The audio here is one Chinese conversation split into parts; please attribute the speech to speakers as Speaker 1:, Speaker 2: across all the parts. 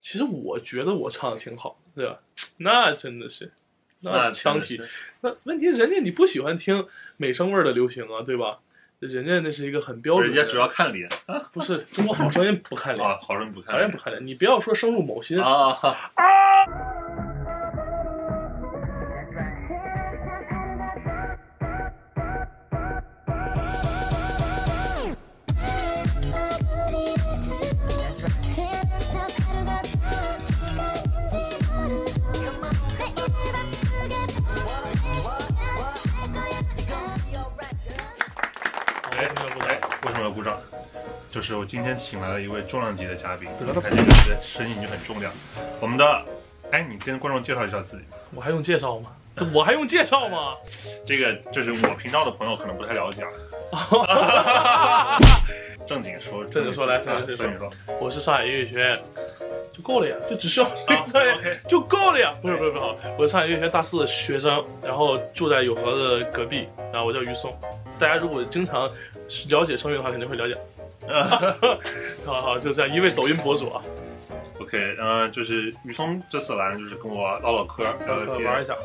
Speaker 1: 其实我觉得我唱的挺好，对吧？那真的是，那
Speaker 2: 真
Speaker 1: 腔
Speaker 2: 的
Speaker 1: 体
Speaker 2: 是
Speaker 1: 那问题，人家你不喜欢听美声味儿的流行啊，对吧？人家那是一个很标准
Speaker 2: 人
Speaker 1: 的，
Speaker 2: 家主要看脸
Speaker 1: 不是中国好声音不 看脸，
Speaker 2: 啊，好人不看
Speaker 1: 当然不
Speaker 2: 脸
Speaker 1: 看脸。你不要说深入某心，
Speaker 2: 啊哈。 哎哎，为什么要鼓掌？就是我今天请来了一位重量级的嘉宾，
Speaker 1: 得了
Speaker 2: 你看这个人声音就很重量。我们的，哎，你跟观众介绍一下自己。
Speaker 1: 我还用介绍
Speaker 2: 哎
Speaker 1: 吗？这我还用介绍吗？
Speaker 2: 这个就是我频道的朋友可能不太了解啊。 正经说，
Speaker 1: 正经说来正经说
Speaker 2: 正经说。
Speaker 1: 我是上海音乐学院，就够了呀，就只需要
Speaker 2: 啊
Speaker 1: 上海、
Speaker 2: ，OK，
Speaker 1: 就够了呀。不是不是不是，我是上海音乐学院大四的学生，然后住在友和的隔壁，然后我叫于松。大家如果经常了解声乐的话，肯定会了解。 好好，就这样一位抖音博主啊，
Speaker 2: OK，呃，就是于松这次来呢就是跟我唠唠嗑，聊聊天，
Speaker 1: 呃玩一下。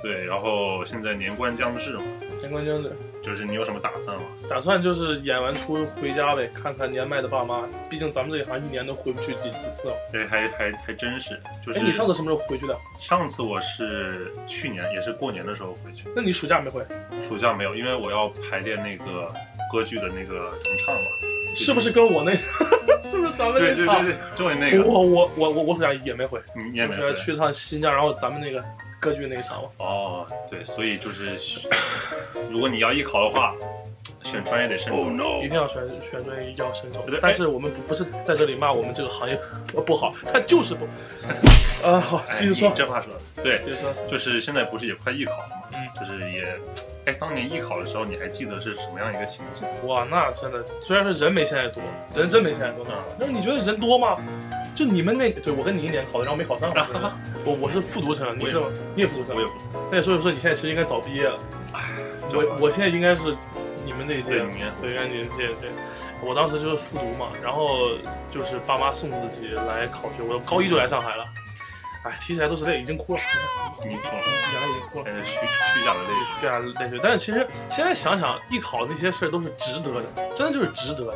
Speaker 2: 对，然后现在年关将至嘛，
Speaker 1: 年关将至，
Speaker 2: 就是你有什么打算吗？
Speaker 1: 打算就是演完出回家呗，看看年迈的爸妈。毕竟咱们这一行一年都回不去几几次了。
Speaker 2: 这还还还真是，就
Speaker 1: 哎，
Speaker 2: 是
Speaker 1: 你上次什么时候回去的？
Speaker 2: 上次我是去年也是过年的时候回去，
Speaker 1: 那你暑假没回，
Speaker 2: 暑假没有，因为我要排练那个歌剧的那个重唱嘛。
Speaker 1: 是不是跟我那， 是不是咱们
Speaker 2: 对
Speaker 1: 那
Speaker 2: 对
Speaker 1: 场？
Speaker 2: 对，就是那个，
Speaker 1: 我我我我我暑假也没回，
Speaker 2: 你也没
Speaker 1: 我暑假
Speaker 2: 回
Speaker 1: 去趟新疆，然后咱们那个歌剧那一场嘛。
Speaker 2: 哦，对，所以就是，如果你要艺考的话，选专业得哎深度。
Speaker 1: 一定要选选专业，要伸手
Speaker 2: 对。
Speaker 1: 但是我们不不是在这里骂我们这个行业呃不好，它就是 不。啊，好，
Speaker 2: 哎
Speaker 1: 继续说
Speaker 2: 你，这话说的，对，
Speaker 1: 继续说。
Speaker 2: 就是现在不是也快艺考了嘛，
Speaker 1: 嗯
Speaker 2: 就是也，哎，当年艺考的时候，你还记得是什么样一个情景？
Speaker 1: 哇，那真的，虽然说人没现在多，人真没现在
Speaker 2: 嗯
Speaker 1: 多，但是你觉得人多吗？就你们那对我跟你一年考的，然后没考上， 我我是复读生，你是吗你也复读
Speaker 2: 啊我也
Speaker 1: 生，
Speaker 2: 不，
Speaker 1: 那所以说你现在其实应该早毕业了。
Speaker 2: 哎就
Speaker 1: 我我现在应该是你们这一届
Speaker 2: 对，，你
Speaker 1: 对，应该你们这一届。我当时就是复读嘛，然后就是爸妈送自己来考学，我高一就来上海了，哎，提起来都是泪，已经哭了，
Speaker 2: 你考，
Speaker 1: 两个已经哭了。
Speaker 2: 呃，虚虚假的泪水。
Speaker 1: 对啊，类似。但是其实现在想想，艺考那些事儿都是值得的，真的就是值得的。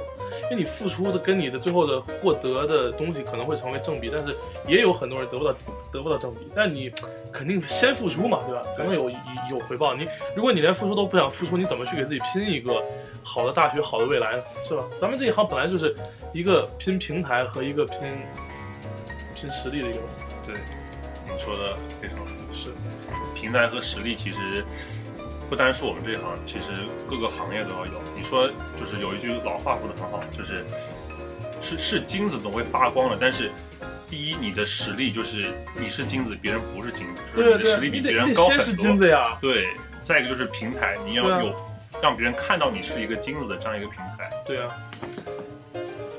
Speaker 1: 因为你付出的跟你的最后的获得的东西可能会成为正比，但是也有很多人得不到得不到正比。但你肯定先付出嘛，对吧？可能有有回报。你如果你连付出都不想付出，你怎么去给自己拼一个好的大学、好的未来呢？是吧？咱们这一行本来就是一个拼平台和一个拼拼实力的一个东西。
Speaker 2: 对，你说的非常好。
Speaker 1: 是，
Speaker 2: 平台和实力其实不单是我们这一行，其实各个行业都要有。你说就是有一句老话说的很好，就是是是金子总会发光的，但是。第一，你的实力就是你是金子，别人不是金子，就
Speaker 1: 对
Speaker 2: 是你
Speaker 1: 对
Speaker 2: 的
Speaker 1: 对
Speaker 2: 实，力比
Speaker 1: 你
Speaker 2: 别
Speaker 1: 得
Speaker 2: 人
Speaker 1: 你得
Speaker 2: 高很
Speaker 1: 先是
Speaker 2: 多。
Speaker 1: 金子呀。
Speaker 2: 对，再一个就是平台，你要
Speaker 1: 对啊
Speaker 2: 有、让别人看到你是一个金子的这样一个平台。
Speaker 1: 对啊，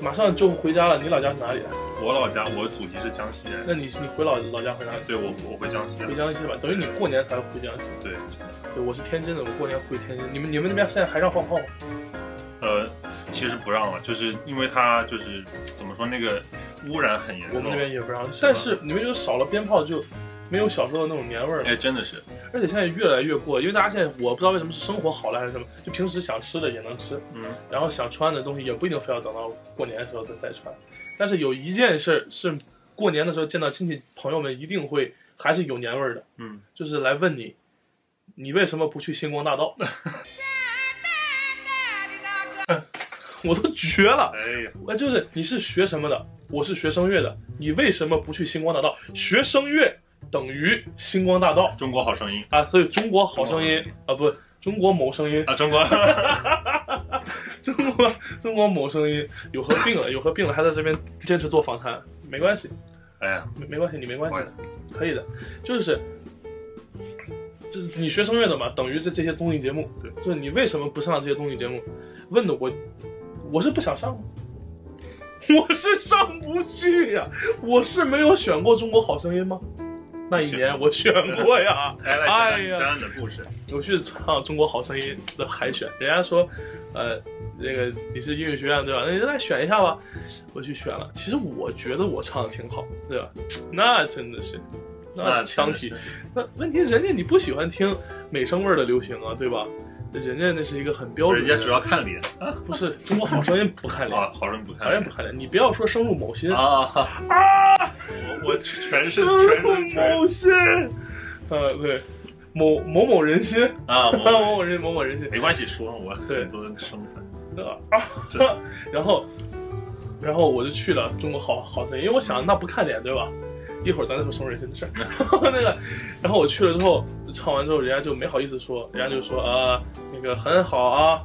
Speaker 1: 马上就回家了。你老家是哪里的？
Speaker 2: 我老家，我祖籍是江西人，
Speaker 1: 那你你回老老家回哪里？
Speaker 2: 对我我回江西了
Speaker 1: 回，江西吧，等于你过年才回江西。
Speaker 2: 对，
Speaker 1: 对，我是天津的，我过年回天津。你们你们那边现在还让放炮吗？
Speaker 2: 呃，其实不让了，就是因为它就是怎么说那个污染很严
Speaker 1: 我
Speaker 2: 重
Speaker 1: 们那。边也不让，但是你们觉得少了鞭炮就没有小时候那种年味儿了。
Speaker 2: 哎，真的是，
Speaker 1: 而且现在越来越过，因为大家现在我不知道为什么是生活好了还是什么，就平时想吃的也能吃，
Speaker 2: 嗯，
Speaker 1: 然后想穿的东西也不一定非要等到过年的时候再再穿。但是有一件事儿是过年的时候见到亲戚朋友们一定会还是有年味儿的。
Speaker 2: 嗯，
Speaker 1: 就是来问你，你为什么不去星光大道？ 我都绝了！
Speaker 2: 哎呀，
Speaker 1: 哎，就是你是学什么的？我是学声乐的，你为什么不去星光大道？学声乐等于星光大道
Speaker 2: 中国好声音
Speaker 1: 啊！所以中国好声音啊，不，中国某声音，
Speaker 2: 啊，中国，
Speaker 1: 中国中国某声音有合并了，有合并了，还在这边坚持做访谈，没关系，
Speaker 2: 哎呀，
Speaker 1: 没没关系，你没关
Speaker 2: 不好
Speaker 1: 系
Speaker 2: 意。思，
Speaker 1: 可以的，就是，就是你学声乐的嘛，等于是这些综艺节目，
Speaker 2: 对，
Speaker 1: 就是你为什么不上这些综艺节目？问的我，我是不想上， 我是上不去呀、我是没有选过中国好声音吗？那一年我选过呀，
Speaker 2: 来来，
Speaker 1: 哎
Speaker 2: 展
Speaker 1: 呀
Speaker 2: 览展览的故事，
Speaker 1: 我去唱《中国好声音》的海选，人家说，呃，那个你是音乐学院对吧？那你就来选一下吧，我去选了。其实我觉得我唱的挺好，对吧？那真的是，那
Speaker 2: 那
Speaker 1: 腔体
Speaker 2: 真的是
Speaker 1: 那问题人家你不喜欢听美声味儿的流行啊，对吧？人家那是一个很标准
Speaker 2: 人
Speaker 1: 的，
Speaker 2: 家主要看脸
Speaker 1: 不是中国好声音不看脸，
Speaker 2: 啊，好人不看
Speaker 1: 好像不看脸。你不要说深入某心，
Speaker 2: 啊啊！我我全是
Speaker 1: 深
Speaker 2: 全
Speaker 1: 入
Speaker 2: 是全
Speaker 1: 某心，呃，对，某某某人心，
Speaker 2: 啊，
Speaker 1: 某
Speaker 2: 我
Speaker 1: 某人某某人心，
Speaker 2: 没关系，说我
Speaker 1: 对
Speaker 2: 很多身份
Speaker 1: 啊， 然后，然后我就去了中国好好声音，因为我想那不看脸对吧？一会儿咱再说什么人生的事儿。 然后那个，然后我去了之后，唱完之后，人家就没好意思说，人家就说啊、那个很好啊，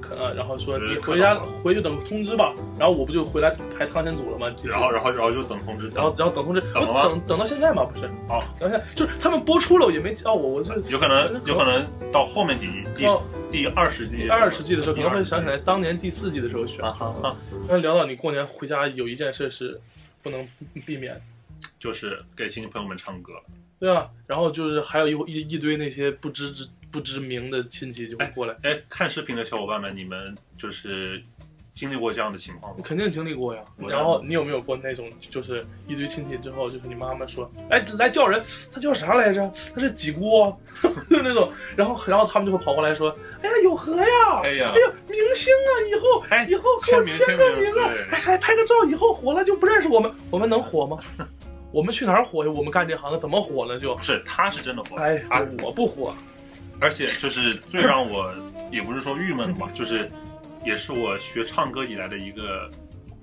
Speaker 1: 可啊，然后说
Speaker 2: 嗯
Speaker 1: 你回家
Speaker 2: 很好
Speaker 1: 回去等通知吧。然后我不就回来排汤显祖了吗？
Speaker 2: 然后然后然后就等通知，
Speaker 1: 然后然后等通知，
Speaker 2: 等了吗
Speaker 1: 我等等到现在嘛，不是？
Speaker 2: 哦，
Speaker 1: 等到现在就是他们播出了，我也没叫我，我就是
Speaker 2: 有可能有可能到后面几集第
Speaker 1: 到
Speaker 2: 第二十季
Speaker 1: 第二十季的时候，可
Speaker 2: 第
Speaker 1: 能会
Speaker 2: 二十
Speaker 1: 想起来当年第四季的时候选
Speaker 2: 啊。哈哈，
Speaker 1: 刚才聊到你过年回家有一件事是不能避免，
Speaker 2: 就是给亲戚朋友们唱歌，
Speaker 1: 对啊，然后就是还有一一一堆那些不知知不知名的亲戚就会过来，
Speaker 2: 哎，看视频的小伙伴们，你们就是经历过这样的情况
Speaker 1: 你
Speaker 2: 吗？
Speaker 1: 肯定经历过呀。
Speaker 2: 我
Speaker 1: 然后你有没有过那种就是一堆亲戚之后，就是你妈妈说，哎，来叫人，他叫啥来着？他是几锅， 就是那种，然后然后他们就会跑过来说，哎呀，有何呀，
Speaker 2: 哎呀
Speaker 1: 哎，呀，明星啊，以后
Speaker 2: 哎
Speaker 1: 以后给我
Speaker 2: 签名
Speaker 1: 签个
Speaker 2: 签名
Speaker 1: 名啊
Speaker 2: 对，
Speaker 1: 还还拍个照，以后火了就不认识我们，我们能火吗？ 我们去哪儿火呀？我们干这行的怎么火呢？就
Speaker 2: 不是，他是真的火，
Speaker 1: 哎
Speaker 2: 他
Speaker 1: 呀，我不火，
Speaker 2: 而且就是最让我也不是说郁闷
Speaker 1: 嗯
Speaker 2: 吧，就是也是我学唱歌以来的一个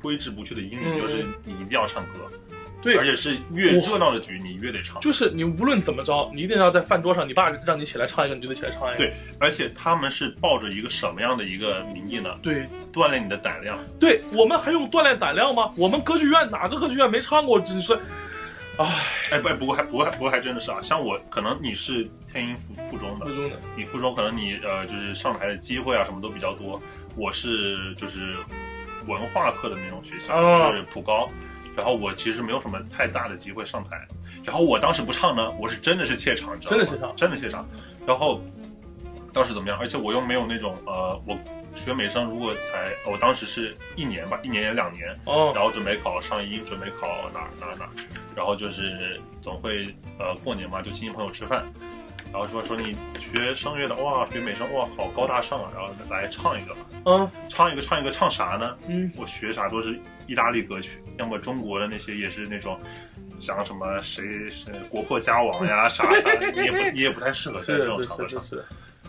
Speaker 2: 挥之不去的阴
Speaker 1: 嗯
Speaker 2: 影，就是你一定要唱歌，
Speaker 1: 对
Speaker 2: 而且是越热闹的局你越得唱，
Speaker 1: 就是你无论怎么着，你一定要在饭桌上，你爸让你起来唱一个，你就得起来唱一个。
Speaker 2: 对而且他们是抱着一个什么样的一个名义呢？
Speaker 1: 对
Speaker 2: 锻炼你的胆量，
Speaker 1: 对，我们还用锻炼胆量吗？我们歌剧院哪个歌剧院没唱过？只是，唉，
Speaker 2: 哎不哎不过还不过还不过还真的是啊，像我可能你是天音附附中的
Speaker 1: 那，种的，
Speaker 2: 你附中可能你呃就是上台的机会啊什么都比较多，我是就是文化课的那种学校，
Speaker 1: 啊
Speaker 2: 就是普高，然后我其实没有什么太大的机会上台，然后我当时不唱呢，我是真的是怯场，你知道
Speaker 1: 真的
Speaker 2: 吗
Speaker 1: 怯场
Speaker 2: 真的怯场，然后当时怎么样？而且我又没有那种呃，我学美声如果才呃我当时是一年吧，一年也两年，
Speaker 1: 哦，
Speaker 2: 然后准备考上一，准备考哪儿哪儿哪儿，然后就是总会呃过年嘛，就亲戚朋友吃饭，然后说说你学声乐的哇，学美声哇，好高大上啊，然后来唱一个吧，
Speaker 1: 嗯
Speaker 2: 唱一个唱一个唱啥呢？
Speaker 1: 嗯，
Speaker 2: 我学啥都是意大利歌曲，要么中国的那些也是那种，像什么谁谁国破家亡呀啥啥，你也不你也不太适合在
Speaker 1: 是
Speaker 2: 这种
Speaker 1: 是
Speaker 2: 场合
Speaker 1: 是
Speaker 2: 上
Speaker 1: 是，是，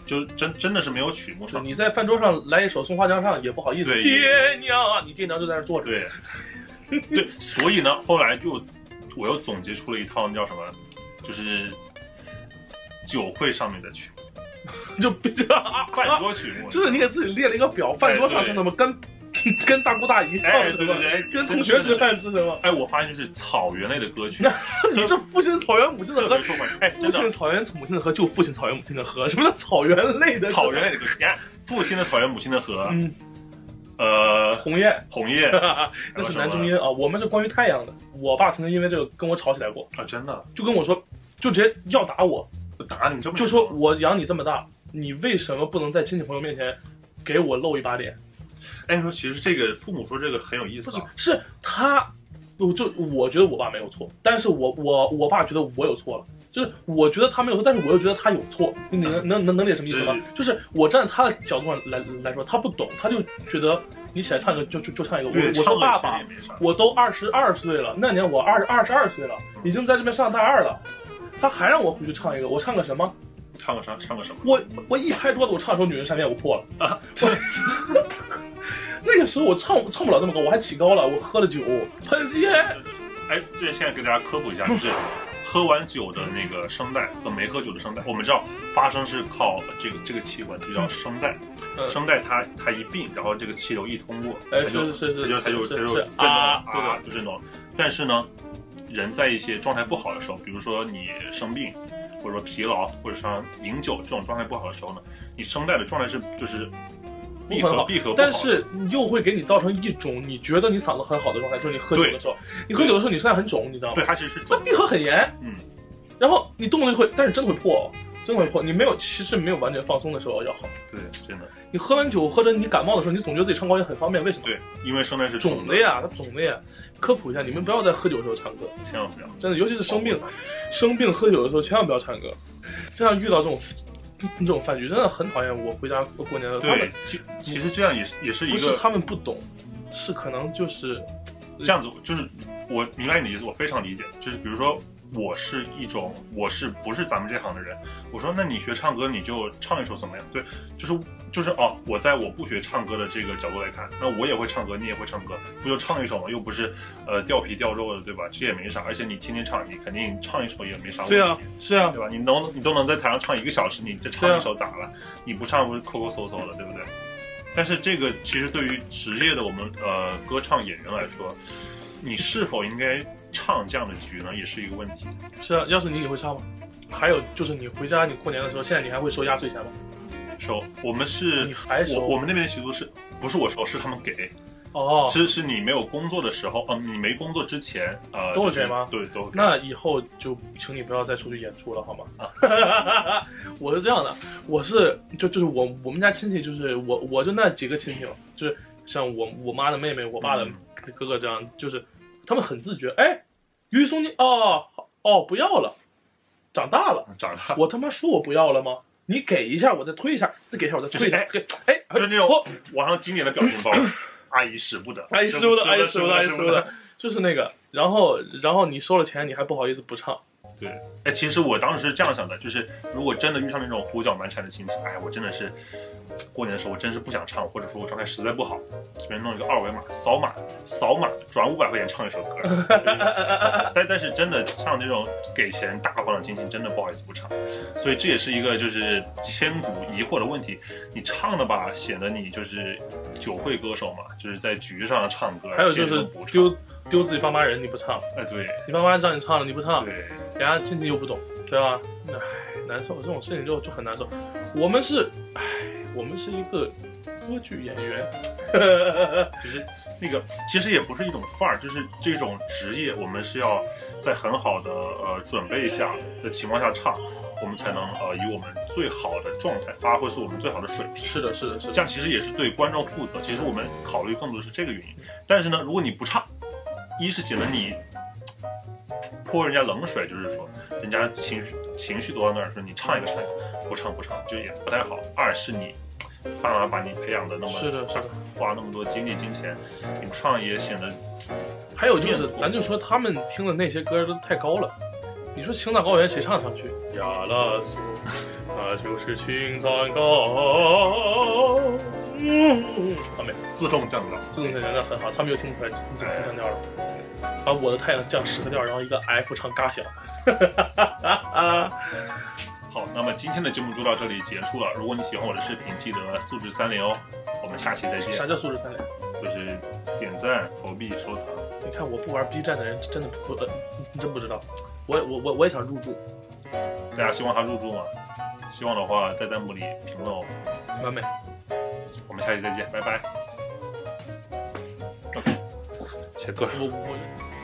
Speaker 2: 就真真的是没有曲目
Speaker 1: 是
Speaker 2: 唱，
Speaker 1: 你在饭桌上来一首《松花江上》也不好意思，
Speaker 2: 对
Speaker 1: 爹娘啊，你爹娘就在那儿坐着，
Speaker 2: 对， 对，所以呢，后来就我又总结出了一套那叫什么，就是酒会上面的曲 目，
Speaker 1: 就别这样啊，快
Speaker 2: 饭桌曲目，
Speaker 1: 就是你给自己列了一个表，饭桌上是什么， 跟跟大姑大姨
Speaker 2: 哎，
Speaker 1: 唱什
Speaker 2: 对
Speaker 1: 么
Speaker 2: 对，对，
Speaker 1: 跟同学吃
Speaker 2: 真的是。
Speaker 1: 饭吃什么，
Speaker 2: 哎，我发现就是草原类的歌曲，
Speaker 1: 你这父亲草原母亲的
Speaker 2: 特
Speaker 1: 河
Speaker 2: 别受欢迎。哎，
Speaker 1: 父
Speaker 2: 真
Speaker 1: 亲
Speaker 2: 的，
Speaker 1: 草原母亲的河，就父亲草原母亲的河，什么叫草原类的
Speaker 2: 草原类的歌曲，你看，父亲的草原，母亲的河，
Speaker 1: 嗯，
Speaker 2: 呃，
Speaker 1: 鸿雁，
Speaker 2: 红 叶
Speaker 1: 那是男中音啊。我们是关于太阳的。我爸曾经因为这个跟我吵起来过，
Speaker 2: 啊，真的，
Speaker 1: 就跟我说，就直接要打我，
Speaker 2: 我打你这么
Speaker 1: 就说我养你这么大，你为什么不能在亲戚朋友面前给我露一把脸？
Speaker 2: 哎，你说其实这个父母说这个很有意
Speaker 1: 不
Speaker 2: 思
Speaker 1: 是
Speaker 2: 啊，，
Speaker 1: 是他，我就我觉得我爸没有错，但是我我我爸觉得我有错了。就是我觉得他没有错，但是我又觉得他有错，你能能能能理解什么意思吗？就是我站在他的角度上来来说，他不懂，他就觉得你起来唱一个就就就唱一个，我
Speaker 2: 对，
Speaker 1: 我
Speaker 2: 唱
Speaker 1: 说
Speaker 2: 歌
Speaker 1: 爸
Speaker 2: 其实
Speaker 1: 爸
Speaker 2: 也，没啥，
Speaker 1: 我都二十二岁了，那年我二二十二岁了，已经在这边上大二了，他还让我回去唱一个，我唱个什么？
Speaker 2: 唱个啥，唱个什么？
Speaker 1: 我我一拍桌子，我唱一首《女人善变》，我破了。啊 那个时候我唱唱不了那么高，我还起高了，我喝了酒，喷吸烟，
Speaker 2: 哎，这现在给大家科普一下，就是喝完酒的那个声带和没喝酒的声带，我们知道发声是靠这个这个气管，就叫声带。
Speaker 1: 嗯
Speaker 2: 声带它它一并，然后这个气流一通过，
Speaker 1: 哎
Speaker 2: 它就是
Speaker 1: 是是
Speaker 2: 它就它就是它就是震动
Speaker 1: 啊对的
Speaker 2: 啊，就震动。但是呢，人在一些状态不好的时候，比如说你生病，或者说疲劳，或者像饮酒这种状态不好的时候呢，你声带的状态是就是闭
Speaker 1: 很
Speaker 2: 合
Speaker 1: 好
Speaker 2: 闭合不好
Speaker 1: 但
Speaker 2: 的，
Speaker 1: 是又会给你造成一种你觉得你嗓子很好的状态，就是你喝酒的时候，你喝酒的时候你身上很肿，你知道吗
Speaker 2: 对？它其实是
Speaker 1: 那闭合很严，
Speaker 2: 嗯，
Speaker 1: 然后你动了就会，但是真的会破、哦，真的会破。你没有，其实没有完全放松的时候要好。
Speaker 2: 对，真的，
Speaker 1: 你喝完酒或者你感冒的时候，你总觉得自己唱高音很方便，为什么？啊
Speaker 2: 对，因为圣诞是
Speaker 1: 肿
Speaker 2: 的
Speaker 1: 的，呀，它肿的呀。科普一下，你们不要在喝酒的时候唱歌，
Speaker 2: 千万不要
Speaker 1: 真的，尤其是生病、生病喝酒的时候，千万不要唱歌。这样遇到这种这种饭局，真的很讨厌。我回家过年的时候，他
Speaker 2: 对
Speaker 1: 们，
Speaker 2: 其其实这样也是也是
Speaker 1: 不
Speaker 2: 一
Speaker 1: 是
Speaker 2: 个
Speaker 1: 他们不懂，是可能就是
Speaker 2: 这样子，就是我明白你的意思，我非常理解。就是比如说，我是一种我是不是咱们这行的人，我说那你学唱歌你就唱一首怎么样？对，就是就是哦，我在我不学唱歌的这个角度来看，那我也会唱歌，你也会唱歌，不就唱一首吗？又不是呃掉皮掉肉的，对吧？这也没啥，而且你天天唱，你肯定唱一首也没啥问题。
Speaker 1: 对啊，是啊，
Speaker 2: 对吧？你能你都能在台上唱一个小时，你这
Speaker 1: 对
Speaker 2: 唱
Speaker 1: 啊
Speaker 2: 一首咋了？你不唱不是抠抠搜搜的，对不对？但是这个其实对于职业的我们呃歌唱演员来说，你是否应该唱这样的局呢，也是一个问题。
Speaker 1: 是啊。要是你，你会唱吗？还有就是你回家，你过年的时候，现在你还会收压岁钱吗？
Speaker 2: 收我们是
Speaker 1: 你，还收？
Speaker 2: 我我们那边的习俗是不是我收，是他们给，
Speaker 1: 哦，
Speaker 2: 是是你没有工作的时候，嗯、你没工作之前，呃，
Speaker 1: 都会
Speaker 2: 就是
Speaker 1: 给吗
Speaker 2: 对，都会给。
Speaker 1: 那以后就请你不要再出去演出了，好吗？
Speaker 2: 啊
Speaker 1: 我是这样的，我是就就是我我们家亲戚就是我我就那几个亲戚嘛，就是像我我妈的妹妹、我爸的
Speaker 2: 嗯
Speaker 1: 哥哥这样，就是他们很自觉，哎，鱼松你哦哦不要了，长大了，
Speaker 2: 长大
Speaker 1: 我他妈说我不要了吗？你给一下，我再推一下，再给一下，我再推一下，给哎，
Speaker 2: 就是那种
Speaker 1: 嚯
Speaker 2: 网上经典的表 情包，阿姨舍不得，
Speaker 1: 阿姨收的，阿姨
Speaker 2: 舍
Speaker 1: 收的，阿姨
Speaker 2: 舍
Speaker 1: 收的，哎就是那个，然后然后你收了钱，你还不好意思不唱。
Speaker 2: 对，哎，其实我当时是这样想的，就是如果真的遇上那种胡搅蛮缠的亲戚，哎，我真的是过年的时候我真是不想唱，或者说我状态实在不好，这边弄一个二维码，扫码，扫码转五百块钱唱一首歌。 但但是真的像这种给钱大方的亲戚，真的不好意思不唱，所以这也是一个就是千古疑惑的问题。你唱的吧，显得你就是酒会歌手嘛，就是在局上唱歌，
Speaker 1: 还有就
Speaker 2: 借着
Speaker 1: 是
Speaker 2: 不唱
Speaker 1: 丢丢自己爸妈人，你不唱，
Speaker 2: 哎，对
Speaker 1: 你爸妈让你唱了你不唱，
Speaker 2: 对，
Speaker 1: 人家亲戚又不懂，对吧？唉，难受，这种事情就就很难受。我们是，唉，我们是一个歌剧演员，
Speaker 2: 就是那个，其实也不是一种范儿，就是这种职业，我们是要在很好的呃准备下的情况下唱，我们才能呃以我们最好的状态发挥出我们最好的水平。
Speaker 1: 是的，是的，是
Speaker 2: 这
Speaker 1: 的，
Speaker 2: 样其实也是对观众负责。其实我们考虑更多的是这个原因。但是呢，如果你不唱，一是显得你泼人家冷水，就是说人家情绪情绪都到那儿，说你唱一个唱一个，不唱不唱，就也不太好。二是你爸妈把你培养的那么
Speaker 1: 是的，是的。
Speaker 2: 花那么多精力金钱，你不唱也显得
Speaker 1: 还有就是，咱就说他们听的那些歌都太高了。你说青藏高原谁唱得上去？呀啦苏，那就是青藏高。嗯，完美。
Speaker 2: 自动降档。
Speaker 1: 自动降调那很好，他们又听不出来自动降调了。把我的太阳降十个调，然后一个 F 唱嘎响。
Speaker 2: 好，那么今天的节目就到这里结束了。如果你喜欢我的视频，记得素质三连哦。我们下期再见。
Speaker 1: 啥叫素质三连？
Speaker 2: 就是点赞、投币、收藏。
Speaker 1: 你看我不玩 B 站的人真的不呃，你真不知道。我也我我我也想入驻，
Speaker 2: 大家希望他入住吗？希望的话，在弹幕里评论哦。
Speaker 1: 完美。
Speaker 2: 我们下期再见，拜拜。OK，写歌。
Speaker 1: 我我